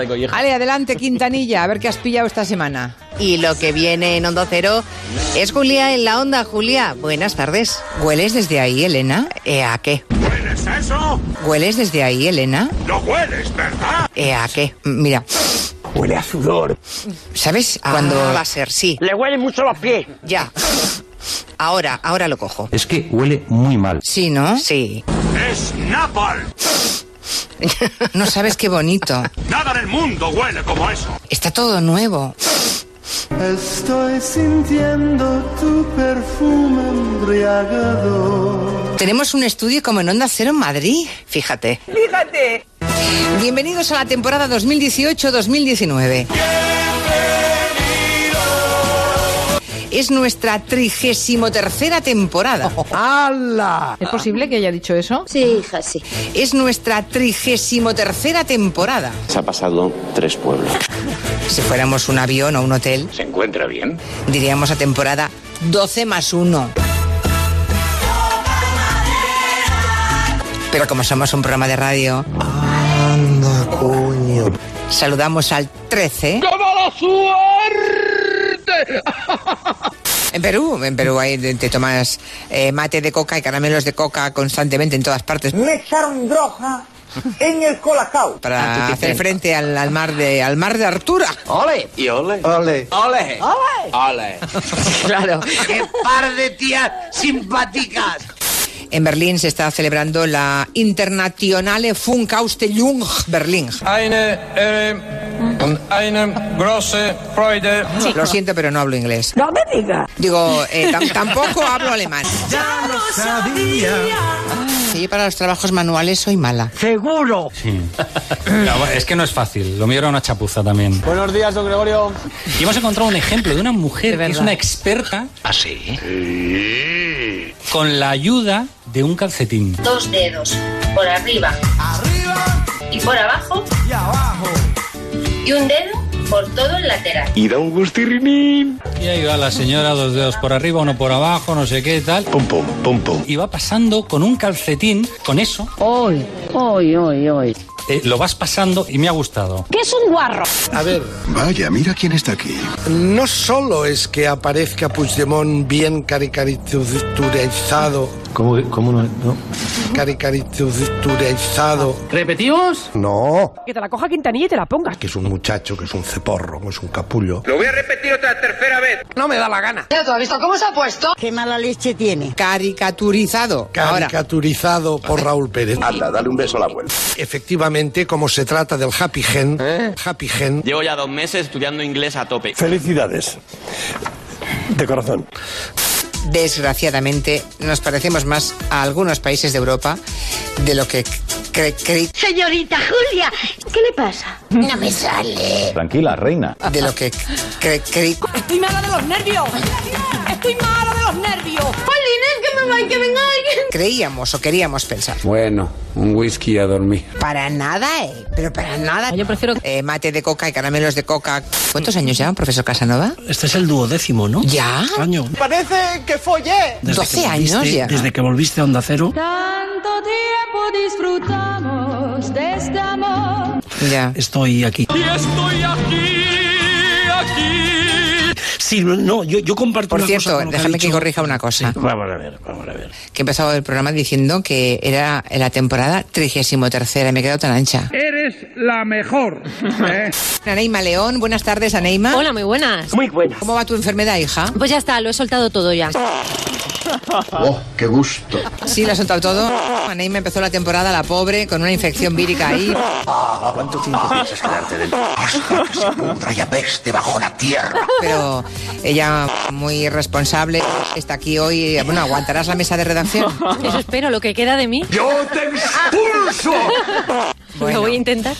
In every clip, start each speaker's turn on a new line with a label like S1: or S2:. S1: de colleja.
S2: Ale, adelante, Quintanilla, a ver qué has pillado esta semana.
S3: Y lo que viene en Onda Cero es Julia en la Onda. Julia, buenas tardes.
S2: ¿Hueles desde ahí, Elena?
S3: Eh, ¿A qué?
S4: ¿Hueles eso?
S2: ¿Hueles desde ahí, Elena?
S4: ¿Lo hueles, verdad?
S3: Eh, ¿A qué?
S2: Mm, Mira,
S4: Huele a sudor.
S2: ¿sabes? Cuando...
S3: Cuando va a ser, sí.
S4: Le huelen mucho los pies.
S3: Ya. Ahora, ahora lo cojo.
S5: Es que huele muy mal.
S2: Sí, ¿no?
S3: Sí.
S4: Es Napal.
S2: No sabes qué bonito.
S4: Nada en el mundo huele como eso.
S2: Está todo nuevo.
S6: Estoy sintiendo tu perfume embriagador.
S2: Tenemos un estudio como en Onda Cero en Madrid.
S3: Fíjate.
S2: Bienvenidos a la temporada 2018-2019. Es nuestra trigésimo tercera temporada.
S7: ¿Es posible que haya dicho eso?
S8: Sí, hija, sí.
S2: Es nuestra trigésimo tercera temporada.
S9: Se ha pasado tres pueblos.
S2: Si fuéramos un avión o un hotel,
S9: ¿Se encuentra bien?
S2: diríamos a temporada 12 más 1. Pero como somos un programa de radio,
S6: Anda, coño.
S2: saludamos al 13. En Perú, en Perú ahí te te tomas eh, mate de coca y caramelos de coca constantemente en todas partes
S6: Me echaron droga en el colacao.
S2: para hacer frente al, al mar de al mar de Artura.
S9: ¡Ole! Y ole.
S6: Ole.
S9: ¡Ole! ¡Ole! ¡Ole! claro. ¡Qué par de tías simpáticas!
S2: En Berlín se está celebrando la Internationale Funkausstellung Berlin.
S10: Eine Ehre und eine große Freude.
S2: Lo siento, pero no hablo inglés. No me diga. Digo, eh, tam- tampoco hablo alemán. Sí, yo para los trabajos manuales soy mala.
S6: Seguro.
S5: No, es que no es fácil. Lo mío era una chapuza también.
S6: Buenos días, don Gregorio.
S5: Y hemos encontrado un ejemplo de una mujer que es una experta
S9: ¿Así?
S5: con la ayuda de un calcetín.
S8: Dos dedos, por arriba. Y por abajo. Y abajo. Y un dedo por todo el lateral.
S9: y da un gustirrinín.
S5: Y ahí va la señora, dos dedos por arriba, uno por abajo, no sé qué tal.
S9: Pum, pum, pum, pum.
S5: Y va pasando con un calcetín, con eso,
S8: Hoy, hoy, hoy, hoy.
S5: eh, lo vas pasando y me ha gustado.
S8: ¿Qué es un guarro?
S6: A ver,
S9: Vaya, mira quién está aquí.
S6: no solo es que aparezca Puigdemont bien caricaturizado.
S5: ¿Cómo, no,
S6: Caricaturizado.
S10: ¿Repetimos?
S6: No,
S7: Que te la coja Quintanilla y te la pongas.
S6: que es un muchacho, que es un ceporro, que es un capullo.
S4: Lo voy a repetir otra tercera vez. No me da la gana.
S8: Qué mala leche tiene.
S2: Caricaturizado. Ahora,
S6: Caricaturizado por Raúl Pérez.
S9: Anda, dale un beso a la abuela.
S6: Efectivamente, como se trata del happy gen,
S9: ¿Eh?
S6: happy gen,
S10: Llevo ya dos meses estudiando inglés a tope.
S4: Felicidades. De corazón.
S2: desgraciadamente, nos parecemos más a algunos países de Europa de lo que cre- cre-
S8: Señorita Julia, ¿qué le pasa? No me sale.
S9: Tranquila, reina.
S2: de lo que cre- cre-
S7: Estoy mala de los nervios. Estoy mala de los nervios.
S2: creíamos o queríamos pensar.
S10: Bueno, un whisky a dormir.
S2: Para nada, eh, pero para nada.
S7: Yo prefiero
S2: Eh, mate de coca y caramelos de coca. ¿Cuántos años ya, profesor Casanova?
S11: Este es el duodécimo, ¿no?
S2: ¿Ya?
S11: Año.
S6: Parece que follé.
S11: Desde
S2: 12
S11: que volviste-
S2: años ya.
S11: Desde que volviste a Onda Cero.
S7: Tanto tiempo disfrutamos de este amor.
S2: Ya.
S11: Estoy aquí.
S10: Y estoy aquí, aquí.
S11: Sí, no, no, yo, yo comparto
S2: Por
S11: una cosa
S2: cierto,
S11: con lo
S2: déjame que
S11: ha dicho-
S2: corrija una cosa.
S11: Vamos a ver, vamos a ver.
S2: Que he empezado el programa diciendo que era la temporada 33 y me he quedado tan ancha.
S10: Eres la mejor. ¿eh?
S2: Aneima León, buenas tardes, Aneima.
S7: muy buenas.
S4: Muy buena.
S2: ¿Cómo va tu enfermedad, hija?
S7: Pues ya está, lo he soltado todo ya.
S9: Oh,
S2: Sí, la has soltado todo. Aneima empezó la temporada, la pobre, con una infección vírica ahí.
S9: Ah, ¿Cuánto tiempo piensas quedarte del... Hasta que se pudra y apeste bajo la tierra.
S2: Pero ella, muy responsable, está aquí hoy. Bueno, ¿aguantarás la mesa de redacción?
S7: Eso espero, lo que queda de mí.
S4: ¡Yo te expulso!
S2: Bueno.
S7: Lo voy a intentar.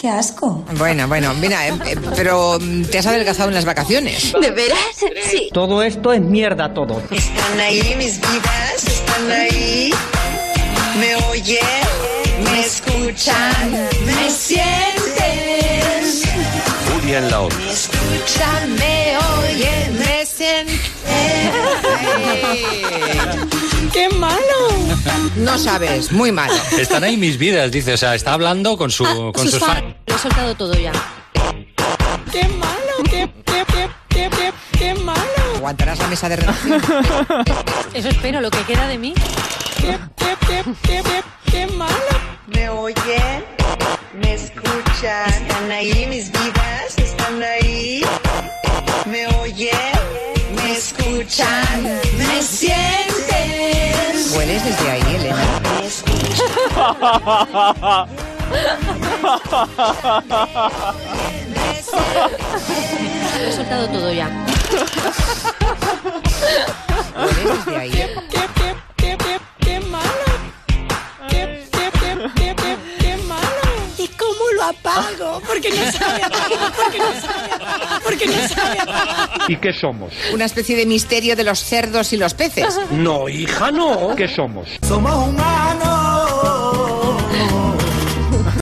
S8: Qué asco.
S2: Bueno, bueno, mira, eh, eh, pero mm, te has adelgazado en las vacaciones.
S8: ¿De veras? Sí.
S6: Todo esto es mierda, todo.
S3: ¿Están ahí mis vidas? ¿Están ahí? ¿Me oyen? ¿Me escuchan? ¿Me sienten?
S9: Julia en la onda.
S3: ¿Me escuchan? ¿Me oyen? ¿Me sienten?
S2: ¡Qué malo! No sabes, muy malo.
S7: Ah,
S5: Están ahí mis vidas, dice. O sea, está hablando con su, con sus fans.
S1: lo he soltado todo ya.
S7: ¡Qué malo! ¡Qué, qué, qué, qué, qué, qué malo!
S2: ¿Aguantarás la mesa de redacción?
S1: Eso espero, lo que queda de mí.
S7: ¡Qué, qué, qué, qué, qué, qué malo!
S12: ¿Me oyen? ¿Me escuchan? ¿Están ahí mis vidas? ¿Están ahí? ¿Me oyen? ¿Me escuchan? ¿Me sienten?
S2: Hueles desde ahí, Elena.
S12: ¿Me escuchan?
S1: Lo he soltado todo ya.
S2: Hueles desde ahí.
S7: ¡Qué, qué, qué, qué, qué malo! ¡Qué, qué, qué, qué, qué, qué malo! ¿Y cómo lo apago? Porque no sabe apagar, porque no sabe apagar, porque no sabe apagar.
S5: ¿Y qué somos?
S2: Una especie de misterio de los cerdos y los peces.
S5: No, hija, no. ¿Qué somos?
S7: Somos un